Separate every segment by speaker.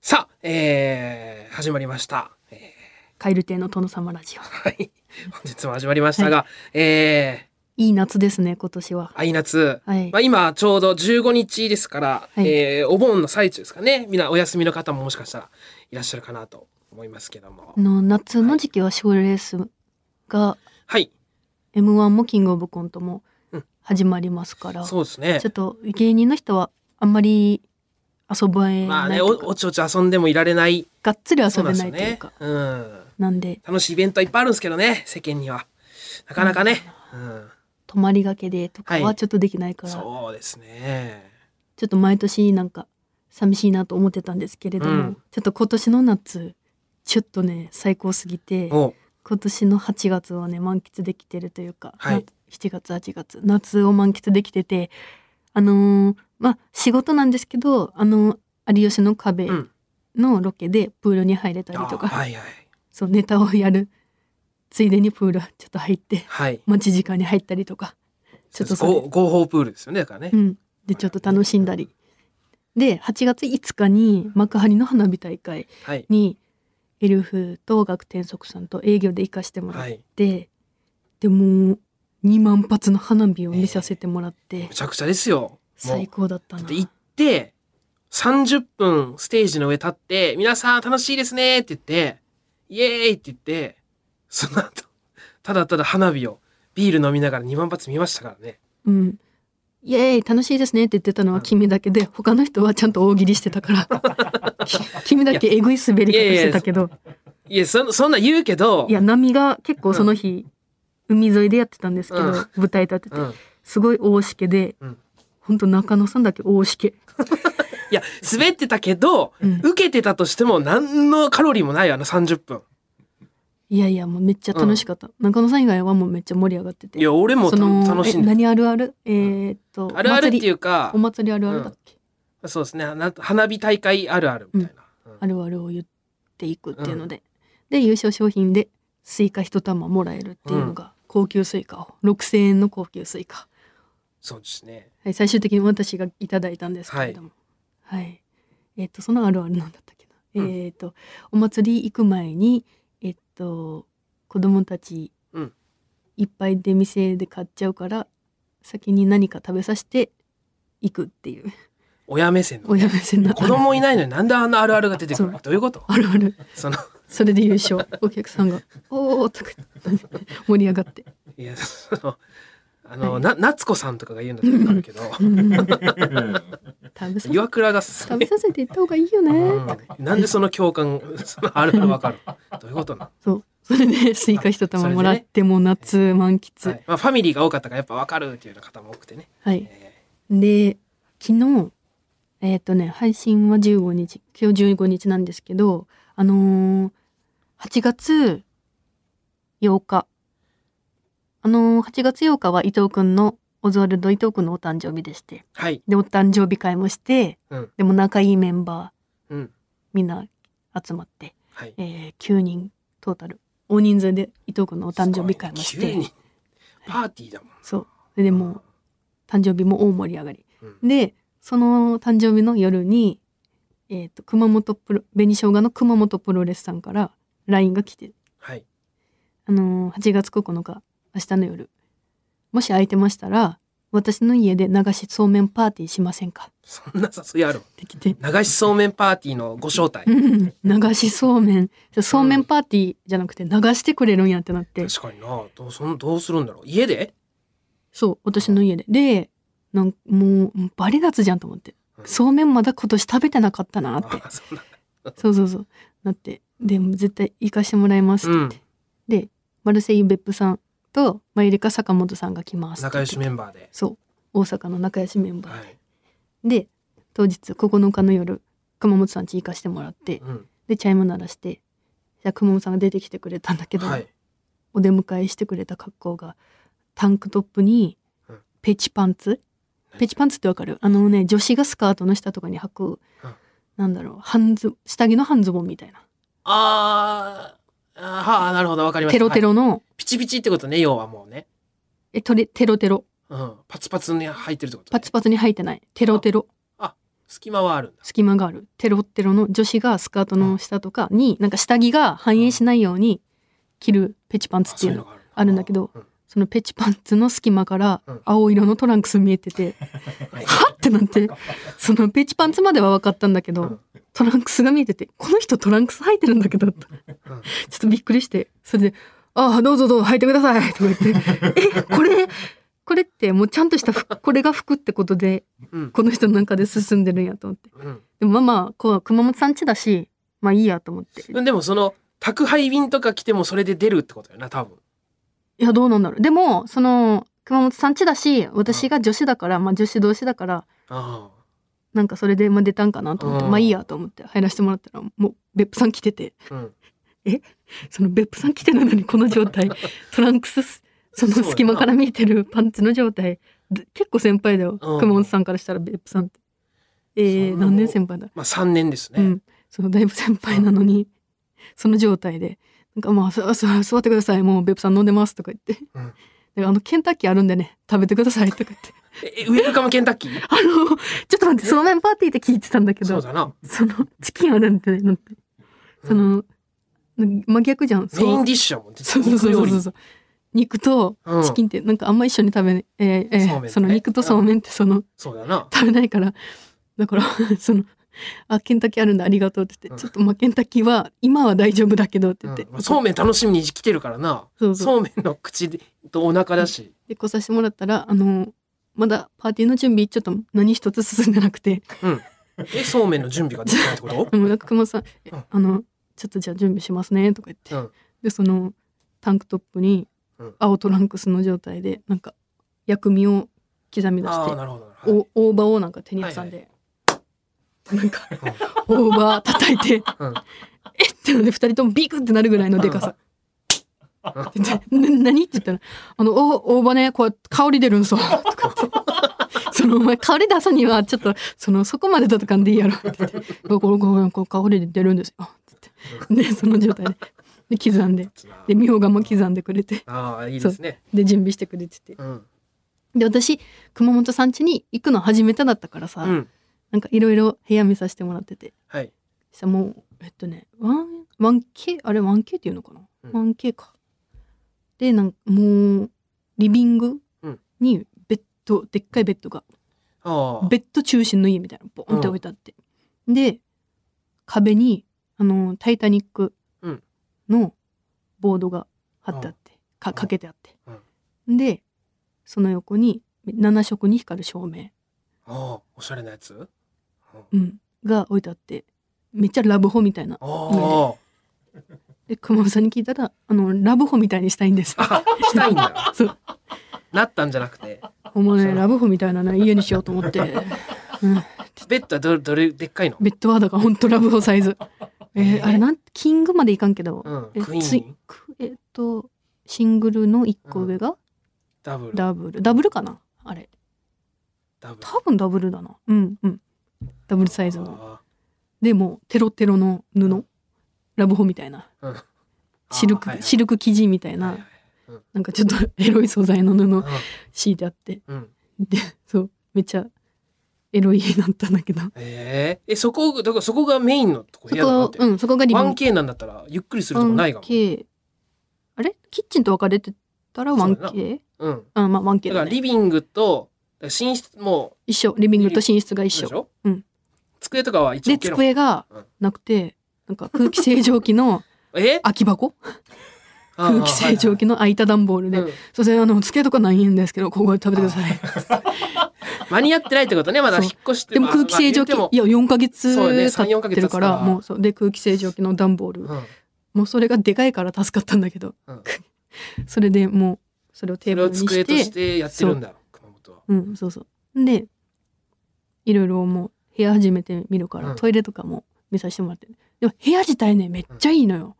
Speaker 1: さあ、えー、始まりました。え
Speaker 2: カエル亭の殿様ラジオ
Speaker 1: ーはい。本日も始まりましたが、え
Speaker 2: いい夏ですね今年は
Speaker 1: ー、あい夏。
Speaker 2: はい、
Speaker 1: まあ、今ちょうど15日ですから、
Speaker 2: はい
Speaker 1: えーお盆の最中ですかねみんなお休みの方ももしかしたらいらっしゃるかなと思いますけども、
Speaker 2: の夏の時期は賞ーレースが
Speaker 1: はい
Speaker 2: m 1もキングオブコントも
Speaker 1: うん
Speaker 2: 始まりますから、ちょ
Speaker 1: そうですね
Speaker 2: っと芸人の人はあんまり遊べないというか、
Speaker 1: まあねおおちおち遊んでもいられない
Speaker 2: がっつり
Speaker 1: そ
Speaker 2: 遊
Speaker 1: うな
Speaker 2: べ
Speaker 1: んです
Speaker 2: な
Speaker 1: よ
Speaker 2: いという
Speaker 1: ね
Speaker 2: か
Speaker 1: うん
Speaker 2: なんで
Speaker 1: 楽しいイベントはいっぱいあるんですけどね世間にはなかなかね、うん、
Speaker 2: 泊まりがけでとか
Speaker 1: は
Speaker 2: はいちょっとできないから、
Speaker 1: そうですね
Speaker 2: ちょっと毎年なんか寂しいなと思ってたんですけれども、
Speaker 1: うん
Speaker 2: ちょっと今年の夏ちょっとね最高すぎて
Speaker 1: お
Speaker 2: 今年の8月はね満喫できてるというか、
Speaker 1: はい
Speaker 2: 夏7月8月夏を満喫できててあのーまあ仕事なんですけどあの有吉の壁
Speaker 1: うん
Speaker 2: のロケでプールに入れたり
Speaker 1: あ
Speaker 2: とか、
Speaker 1: はいはい
Speaker 2: そうネタをやるついでにプールちょっと入って
Speaker 1: はい
Speaker 2: 待ち時間に入ったりとかちょっとそれ
Speaker 1: 合合法プールですよねだからね、
Speaker 2: うん、でちょっと楽しんだりで8月5日に幕張の花火大会
Speaker 1: はい
Speaker 2: にエルフと学天足さんと営業で行かしてもらっ
Speaker 1: はい
Speaker 2: ででもう2万発の花火を見させてもらって、
Speaker 1: むちゃくちゃですよもう
Speaker 2: 最高だった
Speaker 1: だっ
Speaker 2: な
Speaker 1: て行って、30分ステージの上立って、皆さん楽しいですねって言って、イエーイって言って、その後、ただただ花火をビール飲みながら2万発見ましたからね。
Speaker 2: うんイエーイ楽しいですねって言ってたのは君だけで他の人はちゃんと大喜利して たからき君だけえぐい滑り方してたけどいや
Speaker 1: いや、そ、そんなん言うけど、
Speaker 2: 波が結構その日、海沿いでやってたんですけど、
Speaker 1: うん
Speaker 2: 舞台立てて、
Speaker 1: うん。
Speaker 2: すごい大しけで、
Speaker 1: うん
Speaker 2: ほんと中野さんだけ大しけ、
Speaker 1: いや、滑ってたけど、
Speaker 2: うん
Speaker 1: 受けてたとしても何のカロリーもないよあの30分。
Speaker 2: いやいやもうめっちゃ楽しかった、中野さん以外はもうめっちゃ盛り上がってて
Speaker 1: いや、俺も
Speaker 2: そ
Speaker 1: た
Speaker 2: の
Speaker 1: 楽し
Speaker 2: え
Speaker 1: んで。
Speaker 2: 何あるあるえーっと
Speaker 1: あるあるって
Speaker 2: 祭り
Speaker 1: いうか
Speaker 2: お、祭りあるあるだっけ、
Speaker 1: そうですね、な花火大会あるあるみたいな。うん
Speaker 2: あるあるを言っていくっていうので、で優勝商品でスイカ一玉もらえるっていうのが、高級スイカを6,000円の高級スイカ、
Speaker 1: そうですね。
Speaker 2: はい、最終的に私がいただいたんですけれどもはい、えっ、とそのあるあるなんだったっけな、
Speaker 1: うん
Speaker 2: えっ、とお祭り行く前にえっ、と子供たち
Speaker 1: うん
Speaker 2: いっぱい出店で買っちゃうから先に何か食べさせて行くっていう
Speaker 1: 親目線の。
Speaker 2: 親目線のあ
Speaker 1: 子
Speaker 2: る
Speaker 1: 供いないのになんであんなあるあるが出てくる
Speaker 2: そ
Speaker 1: のどういうこと
Speaker 2: あるある
Speaker 1: その、
Speaker 2: それで優勝お客さんが「おお」とか言って盛り上がって、
Speaker 1: いや、その、あの、
Speaker 2: はい
Speaker 1: な、夏子さんとかが言うんだったらわかるけど、
Speaker 2: うん食べさ
Speaker 1: 岩倉がす、
Speaker 2: 食べさせていった方がいいよね
Speaker 1: うんなんでその共感、そのあるあるわかるどういうことな
Speaker 2: そうそれでスイカ一玉もらってもう夏満喫
Speaker 1: の、
Speaker 2: は
Speaker 1: はい
Speaker 2: い、
Speaker 1: まあ、ファミリーが多かったからやっぱわかるっていうような方も多くてね。え
Speaker 2: で昨日えっ、とね配信は15日今日15日なんですけどあのー、8月8日あのー、8月8日は伊藤くんのオズワルド伊藤くんのお誕生日でして
Speaker 1: ーはい。
Speaker 2: でお誕生日会もして、
Speaker 1: うん
Speaker 2: でも仲いいメンバー
Speaker 1: うん。
Speaker 2: みんな集まって、
Speaker 1: はい。
Speaker 2: えー、9人トータル大人数で伊藤君のお誕生日会も
Speaker 1: す
Speaker 2: し
Speaker 1: ごい
Speaker 2: て、
Speaker 1: ね急にパーティーだもん。
Speaker 2: そうそれでもう誕生日も大盛り上がり
Speaker 1: うん。
Speaker 2: でその誕生日の夜に、えー、と熊本プロ紅生姜の熊本プロレスさんから LINE が来て、
Speaker 1: はい。
Speaker 2: あのー8月9日明日の夜もし空いてましたら私の家で流しそうめんパーティーしませんか
Speaker 1: そんな誘いある
Speaker 2: って来て
Speaker 1: 流しそうめんパーティーのご招待。
Speaker 2: うん流しそうめんそうめんパーティーじゃなくて流してくれるんやってなって
Speaker 1: 確かにな。どう、その、どうするんだろう。家で
Speaker 2: そう私の家ででなんもうバリ夏じゃんと思って
Speaker 1: うん
Speaker 2: そうめんまだ今年食べてなかった なって
Speaker 1: あそうなんだ
Speaker 2: そうそうそうなってでも絶対行かしてもらいますって言って、でマルセイユ別府さんとマユリカ坂本さんが来ますって
Speaker 1: 仲
Speaker 2: 言
Speaker 1: 良
Speaker 2: って
Speaker 1: しメンバーで。
Speaker 2: そう大阪の仲良しメンバー、
Speaker 1: はい。
Speaker 2: で当日9日の夜熊本さん家行かしてもらって
Speaker 1: うん。
Speaker 2: でチャイム鳴らしてじゃあ熊本さんが出てきてくれたんだけど、
Speaker 1: はい。
Speaker 2: お出迎えしてくれた格好がタンクトップに
Speaker 1: うん
Speaker 2: ペチパンツ、ペチパンツってわかるあのね女子がスカートの下とかに履く、
Speaker 1: うん
Speaker 2: なんだろう半ズ下着の半ズボンみたいな
Speaker 1: あーあー、はあ、なるほど、わかりました。
Speaker 2: テロテ
Speaker 1: はい
Speaker 2: ロの、
Speaker 1: ピチピチってことね、要はもうね。
Speaker 2: えとれテロテロ
Speaker 1: うん。パツパツに入ってるってこと、ね。
Speaker 2: パツパツに履いてないテロテロ
Speaker 1: あ、隙間はあるんだ。
Speaker 2: 隙間があるテロッテロの女子がスカートの下とかになんか下着が反映しないように着るペチパンツっていうの
Speaker 1: あそう
Speaker 2: あるんだけど
Speaker 1: うん
Speaker 2: そのペチパンツの隙間から
Speaker 1: うん
Speaker 2: 青色のトランクス見えてて、はってなってそのペチパンツまでは分かったんだけど、
Speaker 1: うん
Speaker 2: トランクスが見えててこの人トランクス履いてるんだけどと
Speaker 1: うん
Speaker 2: ちょっとびっくりしてそれで「ああどうぞどうぞ履いてください」とか言って 「えこれこれってもうちゃんとした服これが服ってことで
Speaker 1: うん
Speaker 2: この人の中で進んでるんや」と思って。
Speaker 1: うん
Speaker 2: でもまあまあこう熊本さん家だしまあいいやと思って
Speaker 1: うん、でもその宅配便とか来てもそれで出るってことよな多分
Speaker 2: いやどうなんだろうでもその熊本さん家だし私が女子だから、まあ、女子同士だから
Speaker 1: あ
Speaker 2: なんかそれで、まあ、出たんかなと思って、
Speaker 1: うん
Speaker 2: まあいいやと思って入らせてもらったらもう別府さん来てて
Speaker 1: あ、うん、
Speaker 2: その別府さん来てるのにこの 状態トランクスすその
Speaker 1: そうやな
Speaker 2: 隙間から見えてるパンツの状態で結構先輩だよ、
Speaker 1: うん
Speaker 2: 熊本さんからしたら別府さんってえ
Speaker 1: そ
Speaker 2: ー、
Speaker 1: んなもん
Speaker 2: 何年先輩だ
Speaker 1: まあ3年です
Speaker 2: う
Speaker 1: ね、
Speaker 2: ん、そのだいぶ先輩なのに、その状態で「なんかまあそそ座ってくださいもうベップさん飲んでます」とか言って、
Speaker 1: うん
Speaker 2: であのケンタッキーあるんでね食べてください」とか 言って
Speaker 1: えウェルカムケンタッキー
Speaker 2: 「あのちょっと待ってその前のパーティーって聞いてたんだけ
Speaker 1: そ
Speaker 2: ど
Speaker 1: う
Speaker 2: そ
Speaker 1: だな
Speaker 2: のチキンあるんでね」なんてその、真逆じゃん
Speaker 1: メイ
Speaker 2: そ
Speaker 1: ン
Speaker 2: う
Speaker 1: ディッシュやもん
Speaker 2: そうそうそうそうそう
Speaker 1: そ
Speaker 2: そう肉と
Speaker 1: うん
Speaker 2: チキンってなんかあんま一緒に食べ、えーえー
Speaker 1: そうめんね
Speaker 2: その肉とそうめんってその、
Speaker 1: そうだな
Speaker 2: 食べないからだから その「あケンタッキーあるんだありがとう」って
Speaker 1: う
Speaker 2: 言って「
Speaker 1: ん
Speaker 2: ちょっとまあケンタッキーは今は大丈夫だけど」って言って、
Speaker 1: うんまあそうめん楽しみに来てるからな
Speaker 2: そうそう
Speaker 1: そうめんの口でとお腹だ し、
Speaker 2: で来させてもらったらあのまだパーティーの準備ちょっと何一つ進んでなくて
Speaker 1: えそうめんの準備ができないって こと
Speaker 2: でもなんか熊さん「え
Speaker 1: うん
Speaker 2: あのちょっとじゃあ準備しますね」とか言って、
Speaker 1: うん
Speaker 2: でそのタンクトップに
Speaker 1: うん
Speaker 2: 青トランクスの状態でなんか薬味を刻み出し
Speaker 1: あ
Speaker 2: て
Speaker 1: あなるほどなるほど
Speaker 2: お大葉をなんか手に挟んで、なんか大葉叩いて
Speaker 1: うん
Speaker 2: えってので二人ともビクってなるぐらいのでかさ。でな何って言ったら「あのお大葉ねこう香り出るんす わ」とか言って「そのお前香り出さにはちょっとそのそこまでだとかんでいいやろ」って言って「こうこうこうこう香り出るんですよ」って言ってでその状態でで刻んででみょうがも刻んでくれて
Speaker 1: ああいいですね
Speaker 2: で準備してくれてて
Speaker 1: うん
Speaker 2: で私熊本さん家に行くの初めてだったからさ、
Speaker 1: うん
Speaker 2: なんかいろいろ部屋見させてもらってて
Speaker 1: はい
Speaker 2: したらもうえっとね 1- 1K あれ 1K っていうのかな、
Speaker 1: うん
Speaker 2: 1K かでなんもうリビング
Speaker 1: うん
Speaker 2: にベッドでっかいベッドが
Speaker 1: ああ
Speaker 2: ベッド中心の家みたいなのボンって置いてあって、で壁にあの「タイタニック
Speaker 1: うん」
Speaker 2: のボードが貼ってあって、か
Speaker 1: うん
Speaker 2: かけてあって、でその横に7色に光る照明、
Speaker 1: ああおしゃれなやつ
Speaker 2: うん、が置いてあってめっちゃラブホみたいな
Speaker 1: ああ
Speaker 2: で熊本さんに聞いたらあのラブホみたいにしたいんです
Speaker 1: あしたいんだ
Speaker 2: そう
Speaker 1: なったんじゃなくて
Speaker 2: お前ねラブホみたいなの家にしようと思って、うん、
Speaker 1: ベッドはどどれでっかいの
Speaker 2: ベッドはだからほんとラブホサイズえーあれなんキングまでいかんけど、
Speaker 1: うん
Speaker 2: え
Speaker 1: クイ
Speaker 2: つい
Speaker 1: ーン
Speaker 2: くえっとシングルの1個上が
Speaker 1: ダブルダ
Speaker 2: ダブル、ダブルかなあれ
Speaker 1: ブル
Speaker 2: 多分ダブルだなうんうんダブルサイズの
Speaker 1: あ
Speaker 2: でもテロテロの布ラブホみたいな
Speaker 1: あうん
Speaker 2: シルク、
Speaker 1: ああはいはい
Speaker 2: シルク生地みたいな、
Speaker 1: はいはい
Speaker 2: なんかちょっと エロい素材の布敷いてあって
Speaker 1: うんうん
Speaker 2: でそうめっちゃエロい家だったんだけど
Speaker 1: えええそこだからそこがメインのとこ
Speaker 2: そ
Speaker 1: 部屋だなっ
Speaker 2: こ
Speaker 1: て
Speaker 2: うんそこがリビング
Speaker 1: 1K なんだったらゆっくりするとこないかも
Speaker 2: 1K あれキッチンと分かれてたら
Speaker 1: そうだな
Speaker 2: 1K?
Speaker 1: うん
Speaker 2: あまあ
Speaker 1: だ
Speaker 2: 1K
Speaker 1: か
Speaker 2: だ、
Speaker 1: ら
Speaker 2: ね、
Speaker 1: リビングと寝室も
Speaker 2: 一緒リビングと寝室が一
Speaker 1: うでし
Speaker 2: 緒
Speaker 1: ょ
Speaker 2: うん
Speaker 1: 机とかは一応 OK
Speaker 2: で
Speaker 1: なの
Speaker 2: 机が
Speaker 1: うん
Speaker 2: なくてなんか空気清浄 機の
Speaker 1: え
Speaker 2: 空き箱
Speaker 1: ああ
Speaker 2: 空気清浄機の空いた段ボール
Speaker 1: はい
Speaker 2: で
Speaker 1: はいはいうん
Speaker 2: 「それあの机とかないんですけどここで食べてください」
Speaker 1: 間に合ってないってことねまだ
Speaker 2: そう
Speaker 1: 引っ越して
Speaker 2: でも空気清浄機い
Speaker 1: まあ
Speaker 2: や4ヶ月
Speaker 1: そうね3-4
Speaker 2: 経って
Speaker 1: ヶ月経
Speaker 2: るから
Speaker 1: つから
Speaker 2: もうそうで空気清浄機の段ボール
Speaker 1: 言ってもうん
Speaker 2: もうそれがでかいから助かったんだけど、
Speaker 1: うん
Speaker 2: それでもうそれを
Speaker 1: そ
Speaker 2: テー
Speaker 1: れを
Speaker 2: ブルにし
Speaker 1: 机
Speaker 2: て
Speaker 1: としてやってるんだ熊本は
Speaker 2: うんそうそうでいろいろもう部屋始めてみるから、
Speaker 1: うん
Speaker 2: トイレとかも見させてもらってでも部屋自体ねめっちゃいいのよ、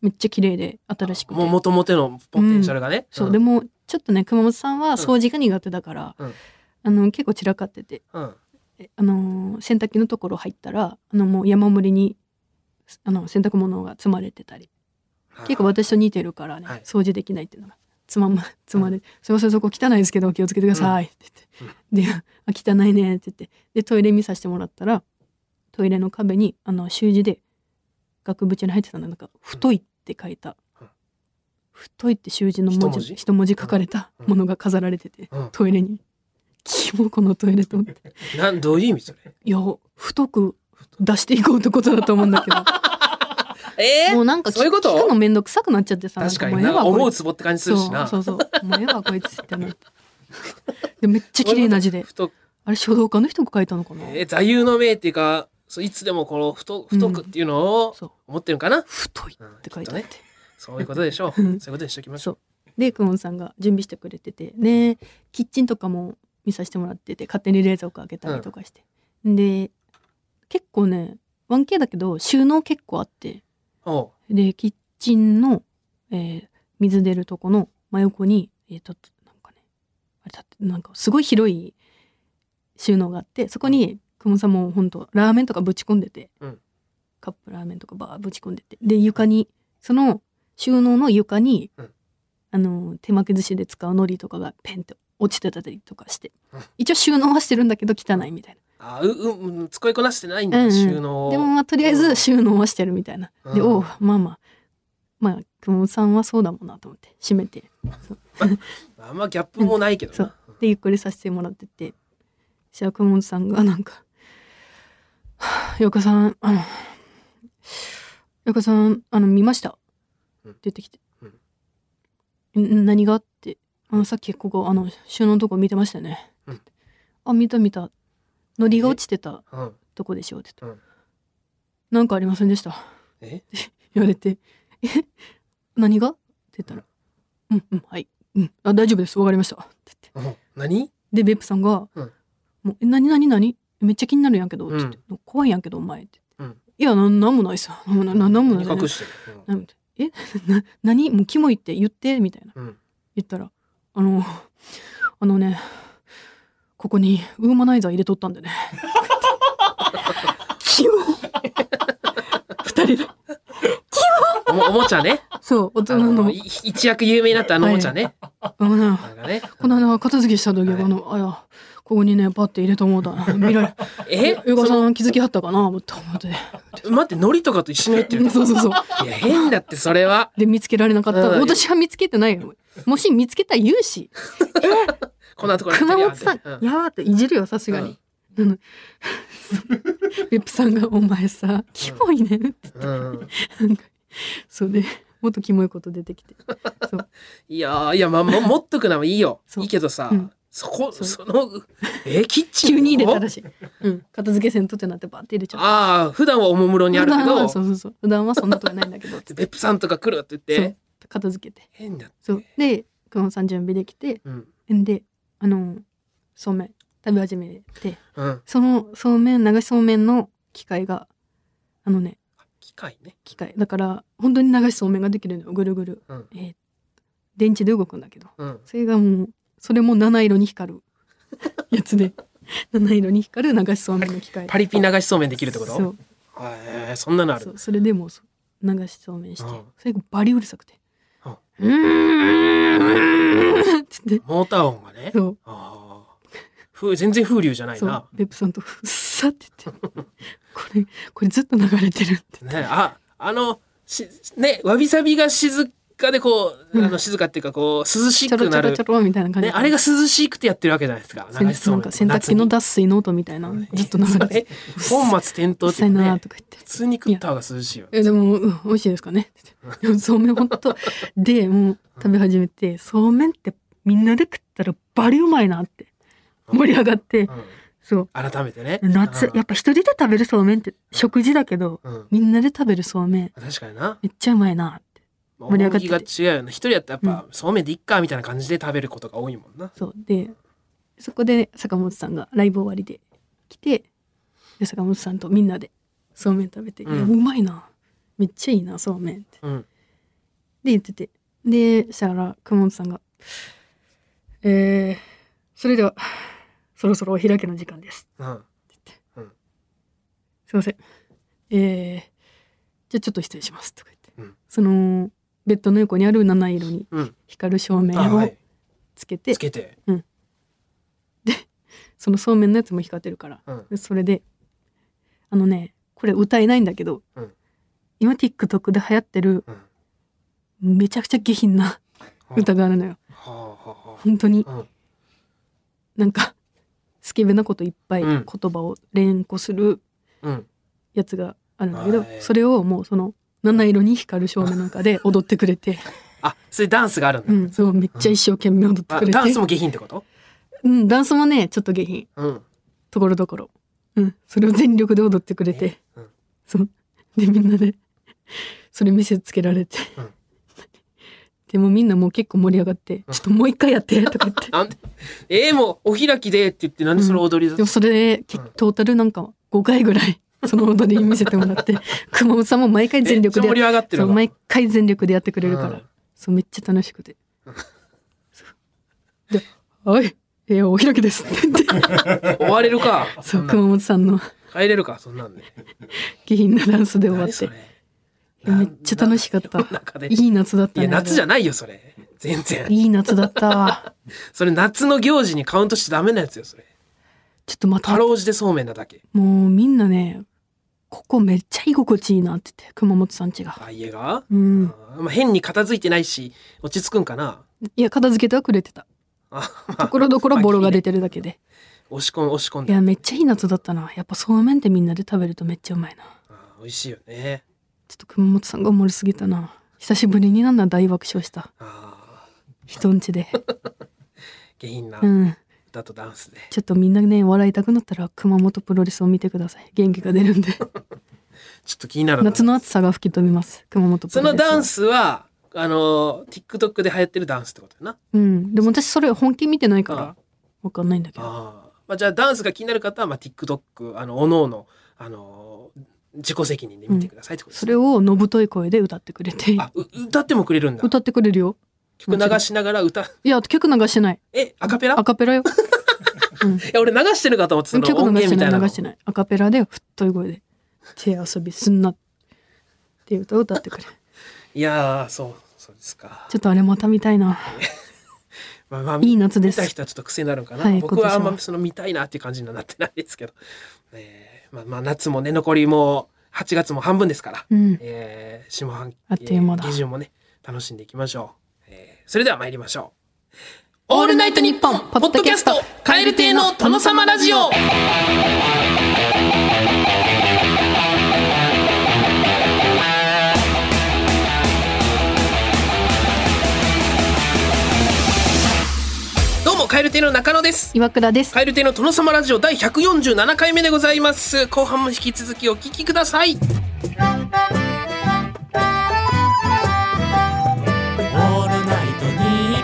Speaker 2: めっちゃ綺麗で新しくて
Speaker 1: もう元々のポテンシャルがね
Speaker 2: そう、
Speaker 1: ん
Speaker 2: でもちょっとね熊本さんは掃除が苦手だから、
Speaker 1: うん
Speaker 2: あの結構散らかってて
Speaker 1: うん
Speaker 2: えあのー洗濯機のところ入ったらあのもう山盛りにあの洗濯物が積まれてたり結構私と似てるからね、
Speaker 1: はい
Speaker 2: 掃除できないっていうのがつまむ、つまれ、すいません、そこ汚いですけど、気をつけてくださいって言って。で、あ、汚いねって言って。で、トイレ見させてもらったら、トイレの壁に、あの、習字で、額縁に入ってたのなんか、太いって書いた
Speaker 1: うん。
Speaker 2: 太いって習字の文
Speaker 1: 一文
Speaker 2: 字、
Speaker 1: 字
Speaker 2: 一文字書かれたものが飾られてて、
Speaker 1: うん
Speaker 2: トイレに。キモこのトイレと思って。
Speaker 1: なんどういう意味それ
Speaker 2: いや、太く出していこうってことだと思う んだけど。
Speaker 1: え
Speaker 2: もうなんか聞
Speaker 1: そういうこと
Speaker 2: 聞くのめんどくさくなっちゃってさ
Speaker 1: 確か
Speaker 2: ん
Speaker 1: に
Speaker 2: もうええ
Speaker 1: な
Speaker 2: わこれ
Speaker 1: 思うツボって感じするしな
Speaker 2: そうそうそうもうええわこいつって思ったでめっちゃ綺麗な字で
Speaker 1: 太
Speaker 2: あれ書道家の人が書いたのかな、
Speaker 1: えー座右の銘っていうかそういつでもこの太太くっていうのを
Speaker 2: そう
Speaker 1: 思ってるのかな、
Speaker 2: 太いっ
Speaker 1: うん
Speaker 2: て
Speaker 1: き
Speaker 2: 書
Speaker 1: っ
Speaker 2: い
Speaker 1: と
Speaker 2: てあっ
Speaker 1: ね
Speaker 2: て、
Speaker 1: そういうことでしょうそううんいうことにしときましょ
Speaker 2: そうでクオンさんが準備してくれててねキッチンとかも見させてもらってて勝手に冷蔵庫開けたりとかして、で結構ね 1K だけど収納結構あって
Speaker 1: うおう
Speaker 2: でキッチンの、えー水出るとこの真横にえーとなんかねあれだってなんかすごい広い収納があってそこに久保さんも本当ラーメンとかぶち込んでて、
Speaker 1: うん
Speaker 2: カップラーメンとかバーぶち込んでてで床にその収納の床に、
Speaker 1: うん
Speaker 2: あの手巻き寿司で使う海苔とかがペンって落ちてたりとかして、
Speaker 1: うん
Speaker 2: 一応収納はしてるんだけど汚いみたい
Speaker 1: あうううん使いこなしてないんだ、
Speaker 2: うんうん
Speaker 1: 収納
Speaker 2: な
Speaker 1: を
Speaker 2: でもまあとりあえず収納はしてるみたいなで、
Speaker 1: うん
Speaker 2: おうまあまあまあ熊本さんはそうだもんなと思って閉めて
Speaker 1: あんまギャップもないけどな、
Speaker 2: でゆっくりさせてもらっててそしたら熊本さんがなんか「よかさんあのよかさんあの見ました」
Speaker 1: うん
Speaker 2: 出てきて
Speaker 1: うん
Speaker 2: 「ん何が?」ってあのさっきここあの収納のとこ見てましたよね」
Speaker 1: うん
Speaker 2: あ見た見たのりが落ちてた
Speaker 1: うん
Speaker 2: とこでしょ」って言っ
Speaker 1: うん
Speaker 2: て「なんかありませんでした」
Speaker 1: え
Speaker 2: 言われて「え何が?」って言ったら「うんうんはい、うん、あ大丈夫ですわかりました」って言って
Speaker 1: うん何
Speaker 2: でベップさんが「
Speaker 1: うん
Speaker 2: もうえ何何何めっちゃ気になるやんけど」っ
Speaker 1: う
Speaker 2: て
Speaker 1: ん
Speaker 2: 言って怖いやんけどお前」って言っ
Speaker 1: う
Speaker 2: て、
Speaker 1: ん
Speaker 2: いやななんもないさなななんもない
Speaker 1: 隠してる、
Speaker 2: なんもないえ な何もうキモいって言って」みたいな
Speaker 1: うんうん
Speaker 2: 言ったら「あのあのねここにウーマナイザー入れとったんでね」 キモ二人で
Speaker 1: おもおもちゃね
Speaker 2: そう大
Speaker 1: あ
Speaker 2: 人
Speaker 1: の
Speaker 2: の
Speaker 1: い一躍有名になったあのおもちゃね、
Speaker 2: あのね
Speaker 1: なんかね
Speaker 2: この間片付けした時、
Speaker 1: はい
Speaker 2: あのあやここにねパッて入れたもうだな見 られ
Speaker 1: え
Speaker 2: ゆか
Speaker 1: その
Speaker 2: さん気づきはったかなと思って
Speaker 1: 待って海苔とかと一緒に入ってる
Speaker 2: そうそうそう
Speaker 1: いや変だってそれは
Speaker 2: で見つけられなかった
Speaker 1: うん
Speaker 2: 私は見つけてないよもし見つけたら言うし
Speaker 1: こんなところに
Speaker 2: 熊本さん、
Speaker 1: うん
Speaker 2: やばっていじるよさすがに、うん、 別府さんが「お前さキモいね」って
Speaker 1: うんうん
Speaker 2: なんかそうでもっとキモいこと出てきて
Speaker 1: いやーいやまあも持っとくのはいいよ
Speaker 2: そう
Speaker 1: いいけどさ、
Speaker 2: うん
Speaker 1: そこ
Speaker 2: そ
Speaker 1: そうのえキッチン
Speaker 2: 急に入れたら
Speaker 1: し
Speaker 2: しい、うん、片付けせんとってなってバッて入れちゃった
Speaker 1: ああ普段はおもむろにあるけ
Speaker 2: 普段
Speaker 1: ど
Speaker 2: は そうそうそう普段はそんなとこないんだけどって
Speaker 1: 別府さんとか来るって言
Speaker 2: そ
Speaker 1: って
Speaker 2: う片付けて
Speaker 1: 変だって
Speaker 2: そうで熊本さん準備できて
Speaker 1: うん
Speaker 2: であのそうめん食べ始めて
Speaker 1: うん
Speaker 2: そのそうめん流しそうめんの機械があのね
Speaker 1: 機械ね
Speaker 2: 機械だから本当に流しそうめんができるのよぐるぐる、
Speaker 1: うん
Speaker 2: えー電池で動くんだけど
Speaker 1: うん
Speaker 2: それがもうそれも七色に 光るやつで七色に光る流しそうめんの機械
Speaker 1: パリピ流しそうめんできるってこと
Speaker 2: そう
Speaker 1: へえそんなのあ
Speaker 2: そ
Speaker 1: る
Speaker 2: うそれでもうそう流しそうめんして、
Speaker 1: うん
Speaker 2: それがバリうるさくて「
Speaker 1: うん
Speaker 2: うーん」っ つって
Speaker 1: モーター音がね
Speaker 2: そう
Speaker 1: ああふ全然風流じゃない
Speaker 2: そう
Speaker 1: な
Speaker 2: 別府さんと「うっさ」って言って これこれずっと流れてるって
Speaker 1: ねああのしねわびさびが静かでこうあ
Speaker 2: う
Speaker 1: の静かっていうかこう涼し
Speaker 2: ちょ
Speaker 1: く
Speaker 2: ろち
Speaker 1: な
Speaker 2: ょろ
Speaker 1: る
Speaker 2: ちょろみたいな感じ、
Speaker 1: ねあれが涼しくてやってるわけじゃないですか
Speaker 2: せん
Speaker 1: 流しそう
Speaker 2: な
Speaker 1: め
Speaker 2: ん
Speaker 1: ん
Speaker 2: か洗濯機の脱水の音みたいなずっと流れて
Speaker 1: て本末転
Speaker 2: うっ
Speaker 1: 倒って
Speaker 2: さい
Speaker 1: いうか
Speaker 2: な
Speaker 1: ね
Speaker 2: とか言って
Speaker 1: 普通に食った方が涼しいよ
Speaker 2: えでも、うん、美味しいですかねって言ってでもそうめんほんとでもう食べ始めてそうめんってみんなで食ったらバリうまいなって
Speaker 1: うん
Speaker 2: 盛り上がっ
Speaker 1: う
Speaker 2: て
Speaker 1: ん
Speaker 2: そう
Speaker 1: 改めてね
Speaker 2: 夏
Speaker 1: うん
Speaker 2: やっぱ一人で食べるそうめんって食事だけど
Speaker 1: うん
Speaker 2: みんなで食べるそうめん
Speaker 1: 確かにな
Speaker 2: めっちゃうまいなって盛
Speaker 1: 盛
Speaker 2: り
Speaker 1: り
Speaker 2: 上がってて
Speaker 1: が違うよね一人やったらやっぱそうめんでいっかみたいな感じで食べることが多いもんな
Speaker 2: そうでそこで坂本さんがライブ終わりで来てで坂本さんとみんなでそうめん食べて「
Speaker 1: うん
Speaker 2: いやうまいなめっちゃいいなそうめん」って
Speaker 1: うん
Speaker 2: で言っててでそしたら熊本さんが「えー、それではそろそろお開きの時間です
Speaker 1: うん」
Speaker 2: すいませんえー、じゃあちょっと失礼します」とか言って、
Speaker 1: うん
Speaker 2: そのベッドの横にある七色に
Speaker 1: うん。
Speaker 2: 光る照明
Speaker 1: あは
Speaker 2: を
Speaker 1: い。
Speaker 2: つけて、
Speaker 1: つけて。
Speaker 2: そのそうめんのやつも光ってるから
Speaker 1: うん。
Speaker 2: でそれであのねこれ歌えないんだけど、
Speaker 1: うん
Speaker 2: 今 TikTok で流行ってる
Speaker 1: うん。
Speaker 2: めちゃくちゃ下品な歌があるのよ
Speaker 1: はあは
Speaker 2: 本当に
Speaker 1: あはあ。
Speaker 2: なんかスケベなこといっぱい
Speaker 1: うん
Speaker 2: 言葉を連呼する
Speaker 1: うん。うん。
Speaker 2: やつがあるんだけど、
Speaker 1: はい
Speaker 2: それをもうその七色に光る照明の中で踊ってくれて、
Speaker 1: あ、それダンスがあるん
Speaker 2: う
Speaker 1: だ。
Speaker 2: ん、そうめっちゃ一生懸命踊って
Speaker 1: あ
Speaker 2: くれて、
Speaker 1: ダンスも下品ってこと
Speaker 2: うん、ダンスもねちょっと下品
Speaker 1: うん。
Speaker 2: ところどころ、うん、それを全力で踊ってくれて、
Speaker 1: うん
Speaker 2: そうでみんなでそれ見せつけられて、
Speaker 1: うん
Speaker 2: でもみんなもう結構盛り上がって「
Speaker 1: うん
Speaker 2: ちょっともう一回やって」とか言 って
Speaker 1: なんで、えー、もうお開きでって言って、なんでその踊りだ
Speaker 2: でもそれで結
Speaker 1: うん
Speaker 2: トータルなんか5回ぐらいその踊り見せて もらって熊本さんも毎回全力
Speaker 1: めっちゃ盛り
Speaker 2: で
Speaker 1: 上がって
Speaker 2: そ
Speaker 1: る
Speaker 2: う
Speaker 1: わ
Speaker 2: 毎回全力でやってくれるから、
Speaker 1: うん
Speaker 2: そうめっちゃ楽しくて。そうで「はいえーお開きです」って言って
Speaker 1: 終われるか。
Speaker 2: そ
Speaker 1: ん
Speaker 2: う
Speaker 1: なん
Speaker 2: 熊本さんの
Speaker 1: 帰れるか、そんなんで。
Speaker 2: 下品なダンスで終わっ
Speaker 1: 何そ
Speaker 2: て
Speaker 1: れ。
Speaker 2: いやめっちゃ楽しかった
Speaker 1: な世の中で。い
Speaker 2: いい夏だったね。
Speaker 1: や、夏じゃ
Speaker 2: ん。
Speaker 1: ないよ、それ。全然。
Speaker 2: いい夏だった。
Speaker 1: それ夏の行事にカウントしちゃダメなやつよ、それ。
Speaker 2: ちょっとまた、
Speaker 1: か
Speaker 2: も
Speaker 1: ろうじてそうめんなだけ。
Speaker 2: うみんなね、ここめっちゃ居心地いいなって言って、熊本さんちが。
Speaker 1: あ、家が、
Speaker 2: うん。
Speaker 1: あまあ、変に片付いてないし、落ち着くんかな。
Speaker 2: いや、片付けてはくれてた。
Speaker 1: あ、
Speaker 2: ところどころボロが出てるだけで。
Speaker 1: 押し込ん、押し込ん
Speaker 2: い
Speaker 1: で。
Speaker 2: や、めっちゃいい夏だったな。やっぱそうめんってみんなで食べるとめっちゃうまいな。
Speaker 1: あ美味しいよね。
Speaker 2: ちょっと熊本さんがおもろすぎたな。久しぶりになんだ大爆笑した。
Speaker 1: あ
Speaker 2: 人ん ちで。
Speaker 1: 下品な
Speaker 2: うん。
Speaker 1: 歌とダンスで。
Speaker 2: ちょっとみんなね、笑いたくなったら熊本プロレスを見てください。元気が 出るんで。
Speaker 1: ちょっと気になるな
Speaker 2: 夏の暑さが吹き飛びます。熊本プロレス
Speaker 1: そ
Speaker 2: は。
Speaker 1: のダンスは、あの、TikTok で流行ってるダンスってことやな。
Speaker 2: うん。でも私それ本気見てないから
Speaker 1: あ、
Speaker 2: わかんないんだけど。
Speaker 1: ああ。まあ、じゃあダンスが気になる方は、まあ、TikTok、あの、おのおの、あの、自己責任で見てくださいってことです
Speaker 2: そ
Speaker 1: ね。
Speaker 2: れをのぶとい声で歌ってくれて、
Speaker 1: あ、う歌ってもくれるんだ。
Speaker 2: 歌ってくれるよ。
Speaker 1: 曲流しながら歌、
Speaker 2: いや、曲流してない。
Speaker 1: え、アカペラ
Speaker 2: アカペ ラよ。うん、
Speaker 1: いや、俺流してるかと思って、その
Speaker 2: 曲
Speaker 1: 音
Speaker 2: 流
Speaker 1: 源
Speaker 2: して
Speaker 1: みたいな
Speaker 2: な、
Speaker 1: いの
Speaker 2: 流してない。アカペラで、ふっとい声で、手遊びすんなっていう歌を歌って くれ。ち
Speaker 1: いやー、そう、そうですか。
Speaker 2: ょっとあれまた見たいな。
Speaker 1: まあまあ、
Speaker 2: いい夏で
Speaker 1: 見た
Speaker 2: す。
Speaker 1: 人はちょっと癖になるかな、
Speaker 2: はい
Speaker 1: 僕はあん
Speaker 2: 今年
Speaker 1: ま
Speaker 2: は
Speaker 1: その見たいなっていう感じにはなってないですけど、えーまあ、まあ夏もね残りもう8月も半分ですから、
Speaker 2: うん。
Speaker 1: えー下半期
Speaker 2: あっという間だ
Speaker 1: えー下旬もね楽しんでいきましょう、えーそれでは参りましょう「オールナイトニッポン」ポッドキャスト「蛙亭の殿様ラジオ」どうも蛙亭の中野です
Speaker 2: 岩倉です。
Speaker 1: カエル亭の殿様ラジオ第147回目でございます。後半も引き続きお聞きくださ
Speaker 3: オ
Speaker 1: い。
Speaker 3: ールナイトニ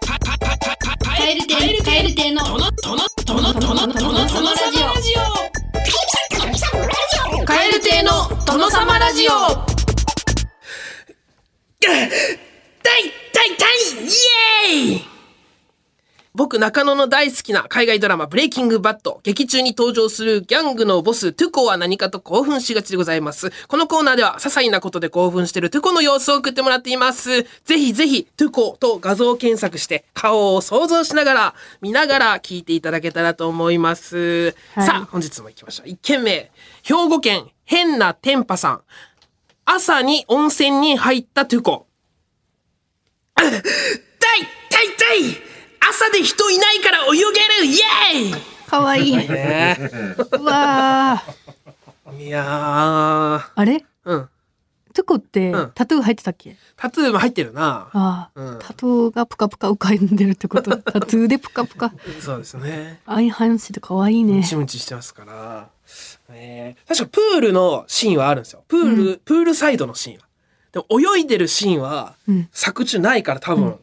Speaker 4: カエル亭カエル亭のトノトノトノトノトノトノラジオカエル亭の殿様ラジオ
Speaker 1: 大大大イエーイ僕、中野の大好きな海外ドラマ、ブレイキングバッド。劇中に登場するギャングのボス、トゥコは何かと興奮しがちでございます。このコーナーでは、些細なことで興奮しているトゥコの様子を送ってもらっています。ぜひぜひ、トゥコと画像検索して、顔を想像しながら、見ながら聞いていただけたらと思います。
Speaker 2: はい
Speaker 1: さあ、本日も行きましょう。1件目。兵庫県、変な天パさん。朝に温泉に入ったトゥコ。痛い痛い痛い朝で人いないから泳げるイエーイ
Speaker 2: かわい い。うわー。
Speaker 1: いや
Speaker 2: あれ
Speaker 1: ー、うん。
Speaker 2: トゥコって
Speaker 1: うん
Speaker 2: タトゥー入ってたっけ
Speaker 1: タトゥーも入ってるな。
Speaker 2: ああ、
Speaker 1: うん
Speaker 2: タトゥーがぷかぷか浮かんでるっ てこと。タトゥーでぷかぷか。
Speaker 1: そうですね。
Speaker 2: アイハンシで可愛いね
Speaker 1: ム。チムチしてますから。えー、確かプールのシーンはあるんですよ。プール、プールサイドのシーンは。でも泳いでるシーンは
Speaker 2: うん、
Speaker 1: 作中ないから多分、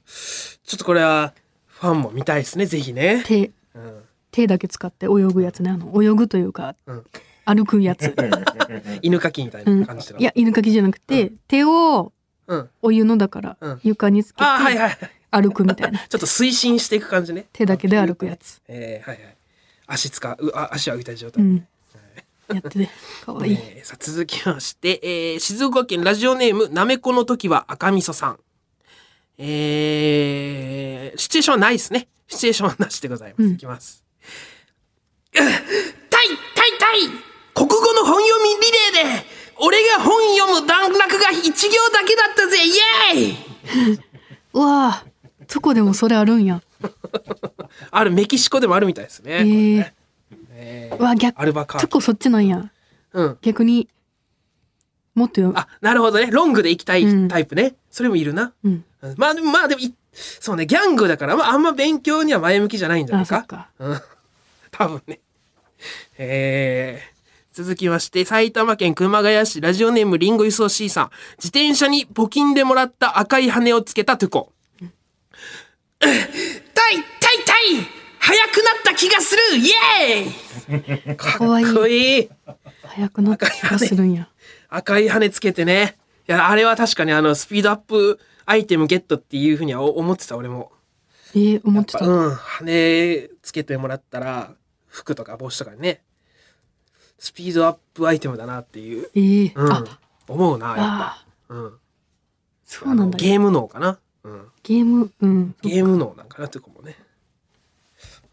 Speaker 1: ちょっとこれは、ファンも見たいですね、ぜひね。
Speaker 2: 手、
Speaker 1: うん、
Speaker 2: 手だけ使って泳ぐやつね。あの、泳ぐというか、
Speaker 1: うん
Speaker 2: 歩くやつ。
Speaker 1: 犬かきみたい
Speaker 2: うん
Speaker 1: な感じだ、
Speaker 2: いや、犬かきじゃなくて、手を
Speaker 1: うん。
Speaker 2: お湯のだから、
Speaker 1: うん
Speaker 2: 床につけて
Speaker 1: あー、はいはいはい。
Speaker 2: 歩くみたいな。
Speaker 1: ちょっと推進していく感じね。
Speaker 2: 手だけで歩くやつ。
Speaker 1: えー、はいはい。足使う、うあ足は浮いた状
Speaker 2: う
Speaker 1: 態。
Speaker 2: ん。やってて、 かわいい。
Speaker 1: えーさあ続きまして、えー静岡県ラジオネームなめこの時は赤みそさん。えー、シチュエーションはないですね。シチュエーションはなしでございます。
Speaker 2: うん
Speaker 1: いきます。 タイタイタイ国語の本読みリレーで俺が本読む段落が一行だけだったぜイエーイ
Speaker 2: うわぁ、そこでもそれあるんや。
Speaker 1: あるメキシコでもあるみたいですね。
Speaker 2: えー、
Speaker 1: え
Speaker 2: うわ、逆、
Speaker 1: アルバカー
Speaker 2: チョ
Speaker 1: キ
Speaker 2: コそっちなんや。
Speaker 1: うん。
Speaker 2: 逆に、もっとよ、
Speaker 1: あ、なるほどね。ロングで行きた
Speaker 2: うん
Speaker 1: いタイプね。それもいるな。
Speaker 2: うん。
Speaker 1: うんまあでも、まあでもい、そうね、ギャングだから、まああんま勉強には前向きじゃないんじゃな
Speaker 2: あ、
Speaker 1: い
Speaker 2: そっ
Speaker 1: か。
Speaker 2: か。
Speaker 1: うん。多分ね。えー。続きまして、埼玉県熊谷市ラジオネームリンゴ輸送 C さん。自転車に募金でもらった赤い羽をつけたトゥコ。 タイタイタイ早くなった気がするイエーイか
Speaker 2: わいい
Speaker 1: っこいい
Speaker 2: 早くなった気がするんや。
Speaker 1: 赤い羽つけてね。いや、あれは確かにあの、スピードアップアイテムゲットっていうふうには思ってた、俺も。
Speaker 2: えー、思ってた。
Speaker 1: うん、羽つけてもらったら、服とか帽子とかにね、スピードアップアイテムだなっていう、
Speaker 2: えー、
Speaker 1: うん
Speaker 2: あ、
Speaker 1: 思うな、やっぱ。
Speaker 2: あー、
Speaker 1: うん。
Speaker 2: そうなん
Speaker 1: あの
Speaker 2: だ。ゲ
Speaker 1: ゲーム脳かな。うん。
Speaker 2: ーム、うん。
Speaker 1: ゲーム脳なんかなっていうかもね。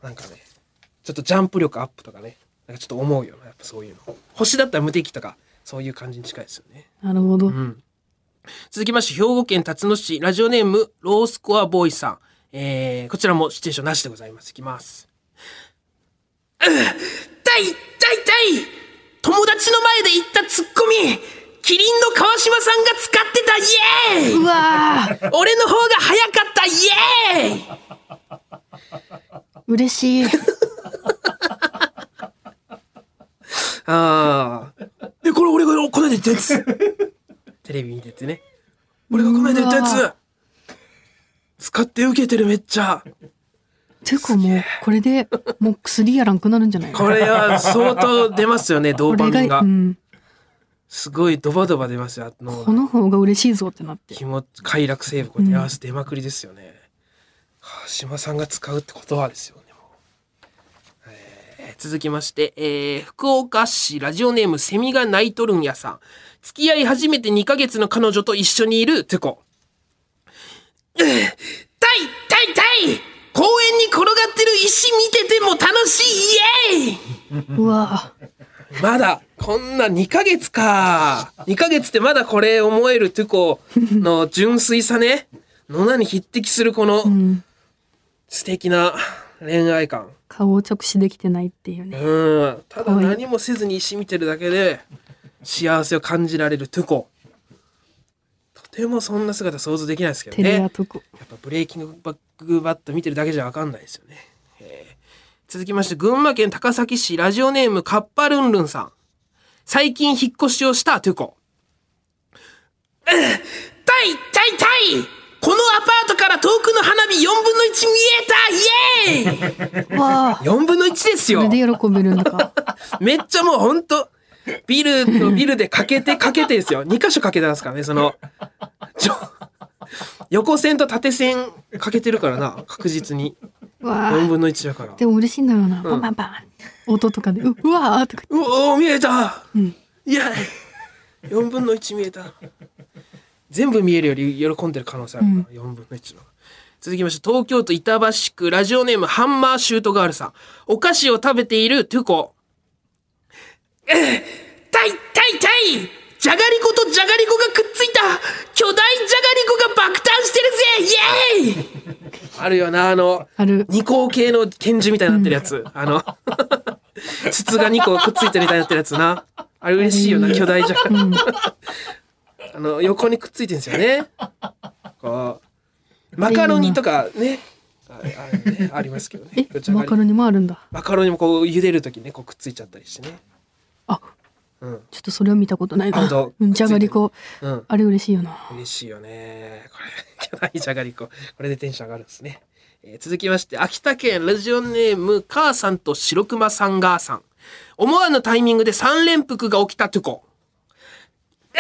Speaker 1: なんかね、ちょっとジャンプ力アップとかね、なんかちょっと思うよな、やっぱそういうの。星だったら無敵とか、そういう感じに近いですよね。
Speaker 2: なるほど。
Speaker 1: うん続きまして、兵庫県辰野市、ラジオネーム、ロースコアボーイさん。えー、こちらもシチュエーションなしでございます。いきます。うっ痛い痛い痛い友達の前で言ったツッコミキリンの川島さんが使ってたイエーイ
Speaker 2: うわー、
Speaker 1: 俺の方が早かったイエーイ
Speaker 2: 嬉しい。
Speaker 1: ああ。え、これ俺がこの間言ったやつ。テレビ見ててね。俺がこの間言ったや
Speaker 2: う
Speaker 1: つ
Speaker 2: わ
Speaker 1: 使って受けてるめっちゃ。
Speaker 2: ていうかもう、これでもう薬やらんくなるんじゃない
Speaker 1: これは相当出ますよね、ドーパミンが
Speaker 2: う。ん、
Speaker 1: すごいドバドバ出ますよ、あの
Speaker 2: この方が嬉しいぞってなって。
Speaker 1: 気持ち、快楽成分、こうやって合わせて出まくりですよね。川島さんが使うってことはですよね、もうえー続きまして、えー福岡市ラジオネームセミが泣いとるんやさん。付き合い始めて2ヶ月の彼女と一緒にいるてこ。たいたいたい公園に転がってる石見てても楽しいイエーイ
Speaker 2: うわ
Speaker 1: まだ、こんな2ヶ月か。2ヶ月ってまだこれ思えるトゥコの純粋さね。のなに匹敵するこの
Speaker 2: ー、うん、
Speaker 1: 素敵な恋愛感。
Speaker 2: 顔を直視できてないっていうね。
Speaker 1: うん。ただ
Speaker 2: 可愛い
Speaker 1: 何もせずに石見てるだけで幸せを感じられるトゥコ。とてもそんな姿想像できないですけど
Speaker 2: テ
Speaker 1: ね。
Speaker 2: レアとこ。
Speaker 1: やっぱブレイキングバックバット見てるだけじゃわかんないですよね。えー続きまして、群馬県高崎市ラジオネームカッパルンルンさん。最近引っ越しをしたトゥコ。うん痛い痛い痛いこのアパートから遠くの花火4分の1見えたイエーイ
Speaker 2: わあ
Speaker 1: !4 分の1です
Speaker 2: そ
Speaker 1: よ
Speaker 2: れで喜べるんだ か。
Speaker 1: めっちゃもうほんと、ビルとビルでかけてかけてですよ。2箇所かけてますからね、その、ちょ横線と縦線かけてるからな、確実に。
Speaker 2: わ
Speaker 1: 4
Speaker 2: あ
Speaker 1: 分の1だから。
Speaker 2: でも嬉しいんだろうな。バンバンバン。音とかで、ううわーとか
Speaker 1: うおー見えた、
Speaker 2: ん
Speaker 1: いや、4分の1見えた。全部見えるより喜んでる可能性あるな、4分の1の。続きまして、東京都板橋区ラジオネームハンマーシュートガールさん。お菓子を食べているトゥコ。たいたいたいじゃがりことじゃがりこがくっついた巨大じゃがりこが爆誕してるぜイエーイあるよな、あの、
Speaker 2: ある。
Speaker 1: 二項系の拳銃みたいになってるやつ。あの、 筒が二個くっついてるみたいになってるやつな。あれ嬉しいよな、巨大じゃがりこ
Speaker 2: うん、
Speaker 1: あの、横にくっついてるんですよね。こう、マカロニとかね、ああれねありますけどね。
Speaker 2: え、
Speaker 1: じゃが
Speaker 2: マ
Speaker 1: り
Speaker 2: カロニもあるんだ。
Speaker 1: マカロニもこう、茹でるときね、こうくっついちゃったりしてね。
Speaker 2: あ、
Speaker 1: うん。
Speaker 2: ちょっとそれは見たことないな。
Speaker 1: 本当
Speaker 2: うんじゃがりこ。
Speaker 1: うん。
Speaker 2: あれ嬉しいよな。
Speaker 1: 嬉しいよね。これ、巨大じゃがりこ。これでテンション上がるんですね。えー続きまして、秋田県ラジオネーム、母さんと白熊さんがーさん。思わぬタイミングで三連服が起きたとこ。うっ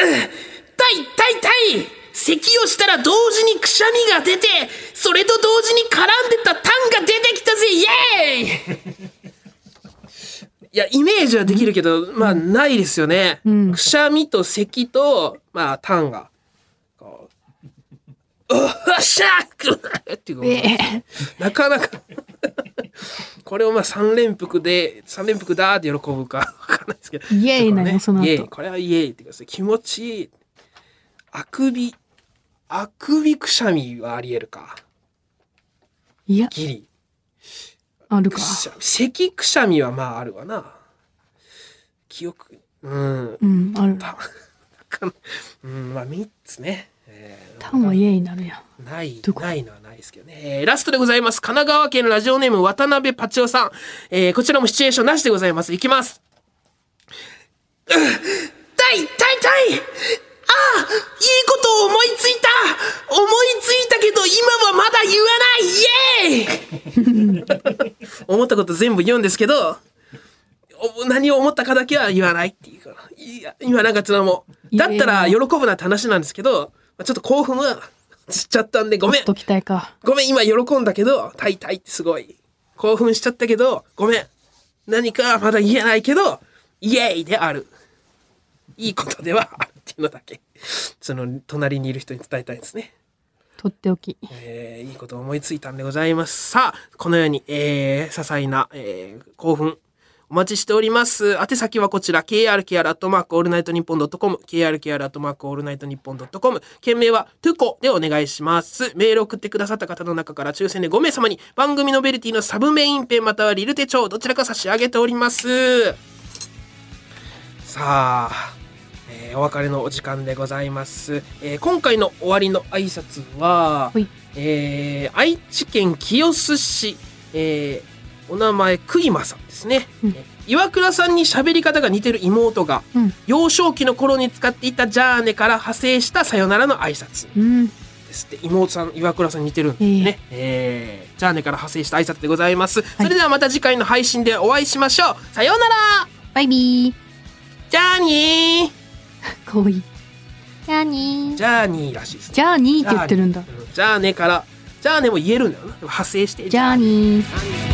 Speaker 1: 痛い痛い痛い咳をしたら同時にくしゃみが出て、それと同時に絡んでた痰が出てきたぜイエーイ いや、イメージはできるけど、まあ、ないですよね。
Speaker 2: うん
Speaker 1: くしゃみと咳と、まあ、痰が。こうおっしゃーっていうこう
Speaker 2: え
Speaker 1: なかなかこれをまあ三連服で三連服だーって喜ぶか わかんないですけど
Speaker 2: えイエーイな
Speaker 1: ね
Speaker 2: の、その
Speaker 1: イエーイ
Speaker 2: 後。
Speaker 1: これはイエーイってください気持ちいいあくびあくびくしゃみはありえるか
Speaker 2: いや、
Speaker 1: ギリ
Speaker 2: あるか
Speaker 1: く。しゃ咳くしゃみはまああるわな記憶うん
Speaker 2: うん、ある。
Speaker 1: たなんかうんまあ三つね、えー
Speaker 2: タンはイエーイになるやん。
Speaker 1: ない
Speaker 2: ど、こ
Speaker 1: ないのはないですけどね。えーラストでございます。神奈川県ラジオネーム渡辺パチオさん。えーこちらもシチュエーションなしでございます。いきます。うっ痛い痛い痛いああいいことを思いついた思いついたけど今はまだ言わないイエーイ思ったこと全部言うんですけど、お何を思ったかだけは言わないっていうかないや今なんかつらもうだったら喜ぶなって話なんですけどまあちょっと興奮はしちゃったんでごめん
Speaker 2: と期待か。
Speaker 1: ごめん今喜んだけどタイタイってすごい興奮しちゃったけどごめん何かまだ言えないけどイエーイであるいいことではあるっていうのだけその隣にいる人に伝えたいですね
Speaker 2: とっておき。
Speaker 1: えーいいこと思いついたんでございます。さあ、このように、えー、些細な、えー興奮、お待ちしております。宛先はこちら、krkr アットマークオールナイトニッポンドットコム、krkr アットマークオールナイトニッポンドットコム、件名は、トゥコでお願いします。メールを送ってくださった方の中から抽選で5名様に、番組ノベルティのサブメインペンまたはリル手帳、どちらか差し上げております。さあ、えーお別れのお時間でございます。えー今回の終わりの挨拶は、
Speaker 2: はい
Speaker 1: えー愛知県清須市、えーお名前クイマさんですね、
Speaker 2: うん
Speaker 1: え岩倉さんに喋り方が似てる妹が
Speaker 2: うん。
Speaker 1: 幼少期の頃に使っていた「じゃあね」から派生したさよならの挨拶
Speaker 2: うん。
Speaker 1: ですって妹さん岩倉さんに似てるんですね、えーじゃあねから派生した挨拶でございます、それではまた次回の配信でお会いしましょうさようなら
Speaker 2: バイビー。
Speaker 1: じゃあに
Speaker 2: かわいい。
Speaker 1: ーじゃあにーらしいですね
Speaker 2: ジャーニーって言ってるんだ。
Speaker 1: うんじゃあねから、じゃあねも言えるんだよな。でも派生して。
Speaker 2: ジャーニー。
Speaker 1: じゃあね